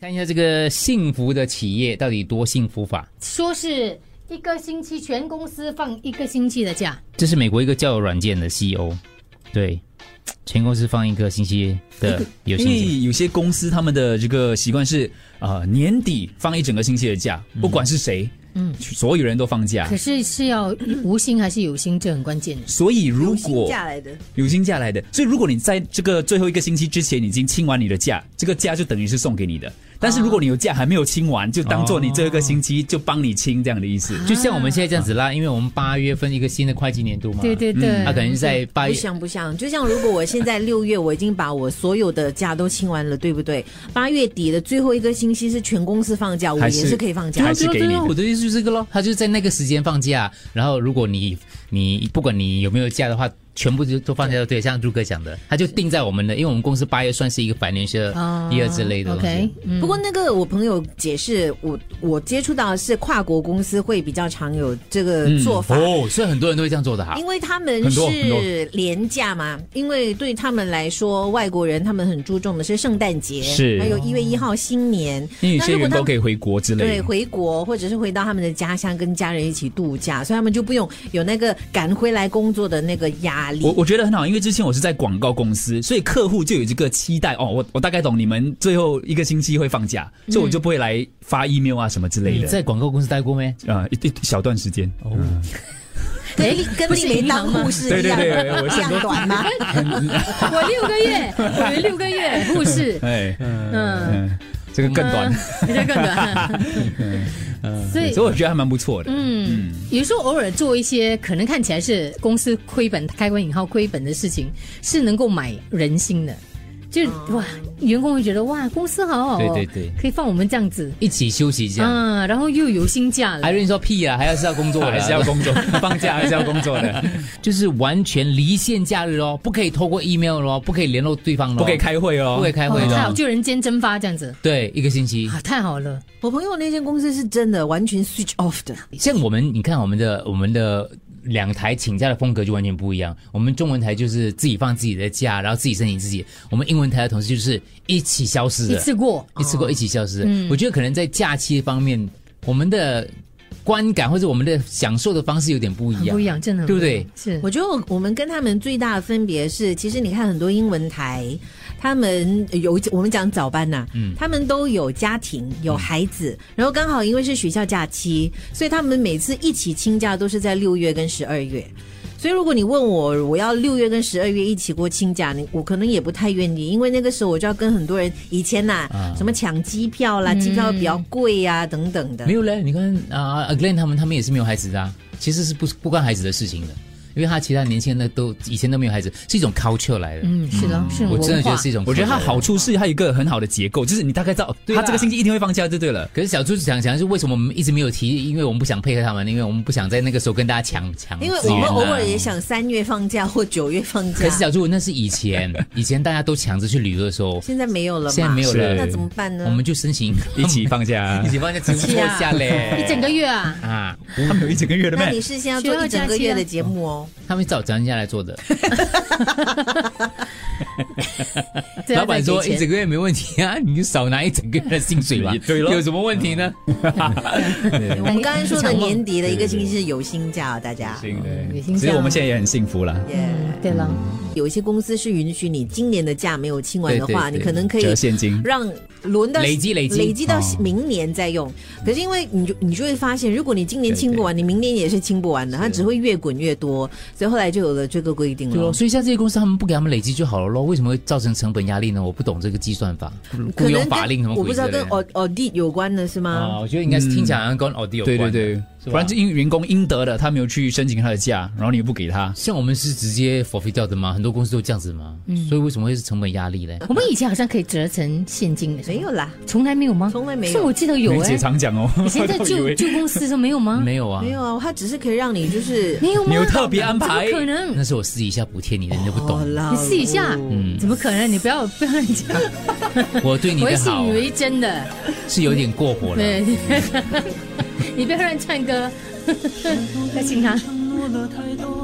看一下这个幸福的企业到底多幸福法？说是一个星期全公司放一个星期的假，这是美国一个交友软件的 CEO，对，全公司放一个星期哎的有哎因薪水。为有些公司他们的这个习惯是啊、呃年底放一整个星期的假，不管是谁，嗯，所有人都放假可。是是要无薪还是有薪，这很关键的。所以如如果下来的，有薪假来的，所以如果你在这个最后一个星期之前已经清完你的假，这个假就等于是送给你的。但是如果你有假还没有清完，就当做你这个星期就帮你清这样的意思。就像我们现在这样子啦，因为我们八月份一个新的会计年度嘛，啊嗯对对对，他可能是在哎八不月，像不像，就像如果我现在六月我已经把我所有的假都清完了，对不对？八月底的最后一个星期是全公司放假，我还也是是可以放对啊假还的。是给你的对啊对啊我的意思就是这个咯，他就在那个时间放假，然后如果你你不管你有没有假的话，全部就都放假都对，像朱哥讲的，他就定在我们的，因为我们公司八月算是一个 financial 啊 year 之类的东西 OK，。嗯不过那个我朋友解释，我我接触到的是跨国公司会比较常有这个做法，哦，所以很多人都会这样做的哈。因为他们嗯啊很多很多是廉价嘛，因为对他们来说，外国人他们很注重的是圣诞节，是嗯还有一月一号新年。因为有些那如果人他都可以回国之类对，的。回国或者是回到他们的家乡，跟家人一起度假，所以他们就不用有那个赶回来工作的那个压力。我我觉得很好，因为之前我是在广告公司，所以客户就有这个期待哦。我我大概懂你们最后一个星期会放假，所以我就不会来发 email 啊什么之类你的。嗯在广告公司待过没？啊、一一小段时间，哦、跟跟不丽是梅银行当吗护士对一对样，对对我一是，样短吗？我六个月，我有六个月护士哎，嗯，嗯，这个更短，嗯，这更短。嗯所以所以我觉得还蛮不错的。嗯，有时候偶尔做一些可能看起来是公司亏本（开关引号亏本）的事情，是能够买人心的。就、哇，员工会觉得哇，公司好好、哦，嗯对对对，可以放我们这样子一起休息一下。啊，然后又有薪假了艾。瑞说屁啊，还要是要工作的，还是要工作，放假还是要工作的， 就是完全离线假日哦，不可以透过 email 哦，不可以联络对方哦，不可以，开会哦，不可以开会太好，的。就人间蒸发这样子对，一个星期。啊，太嗯好了。我朋友那间公司是真的完全 switch off 的，像我们，你看我们的我们的两台请假的风格就完全不一样。我们中文台就是自己放自己的假，然后自己申请自己；我们英文台的同事就是一起消失的，一次过，一次过一起消失。我觉得可能在假期方面，我们的观感或者我们的享受的方式有点不一很样，不一样，真的很对不一对样？是我觉得我我们跟他们最大的分别是，其实你看很多英文台，他们有我们讲早班呐、嗯他们都有家庭有孩子，然后刚好因为是学校假期，所以他们每次一起请假都是在六月跟十二月。所以如果你问我，我要六月跟十二月一起过清假，你我可能也不太愿意，因为那个时候我就要跟很多人以前呐、啊什么抢机票啦，机票比较贵呀、等等的嗯没。有嘞，你看啊、a g l e n 他们他们也是没有孩子的、啊，其实是不不关孩子的事情的，因为他其他年轻人呢都以前都没有孩子，是一种 culture 来的。嗯，是的，是我真的文觉化得。是一种 culture 来的，我觉得它好处是它有一个很好的结构，就是你大概知道对啦它这个星期一定会放假就对了。可是小猪想想是为什么我们一直没有提，因为我们不想配合他们，因为我们不想在那个时候跟大家抢抢资因源为啊。我们偶尔也想三月放假或九月放假，可是小猪那是以 前，以前大家都抢着去旅游的时 候，现在没有了嘛，现在没有了那怎么办呢？我们就申请一起放假啊 一，起放假直播一下嘞， 一整个月啊，啊，他们有一整个月的那咩，你？是先要做一整个月的节目哦，他们找找人家来做的。对老板说一整这个月没问题啊，你就少拿一整个月的薪水吧 对咯嗯有什么问题呢？我们刚才说的年底的一个星期是有薪假哦，大家。行嗯对也行其实我们现在也很幸福啦。耶嗯对了，嗯有一些公司是允许你今年的假没有清完的话，对对对你可能可以折现金让轮到累积累积累积到哦明年再用。可是因为你就你就会发现，如果你今年清不完，你明年也是清不完的，它只会越滚越多。所以后来就有了这个规定对了哦，。所以像这些公司，他们不给他们累积就好了咯，为什么会造成成本压力呢？我不懂这个计算法，雇可能佣跟法令什么我鬼不之知道类跟的。 aud- audit 有关的是啊，吗？我觉得应该是听起来好像跟 audit 有对关对的。对，是吧不然这因为员工应得的，他没有去申请他的假，然后你又不给他，像我们是直接 forfeit 掉的吗？很多公司都这样子吗？所以为什么会是成本压力嘞？我们以前好像可以折成现金的，没有啦，从来没有吗？从来没有是我记得有梅哎姐，常讲哦。以前在 我都以旧为旧公司的时候没有吗？没有啊，没有啊，它只是可以让你就是没有吗？没有特别安排怎么可能？那是我私底下补贴你的，你都不好懂。啦你试一下，怎么可能？你不要不要乱讲，我对嗯 你我会的信好以为真的。是有点过火了。对， 你不要乱唱歌，在请他。承诺了太多，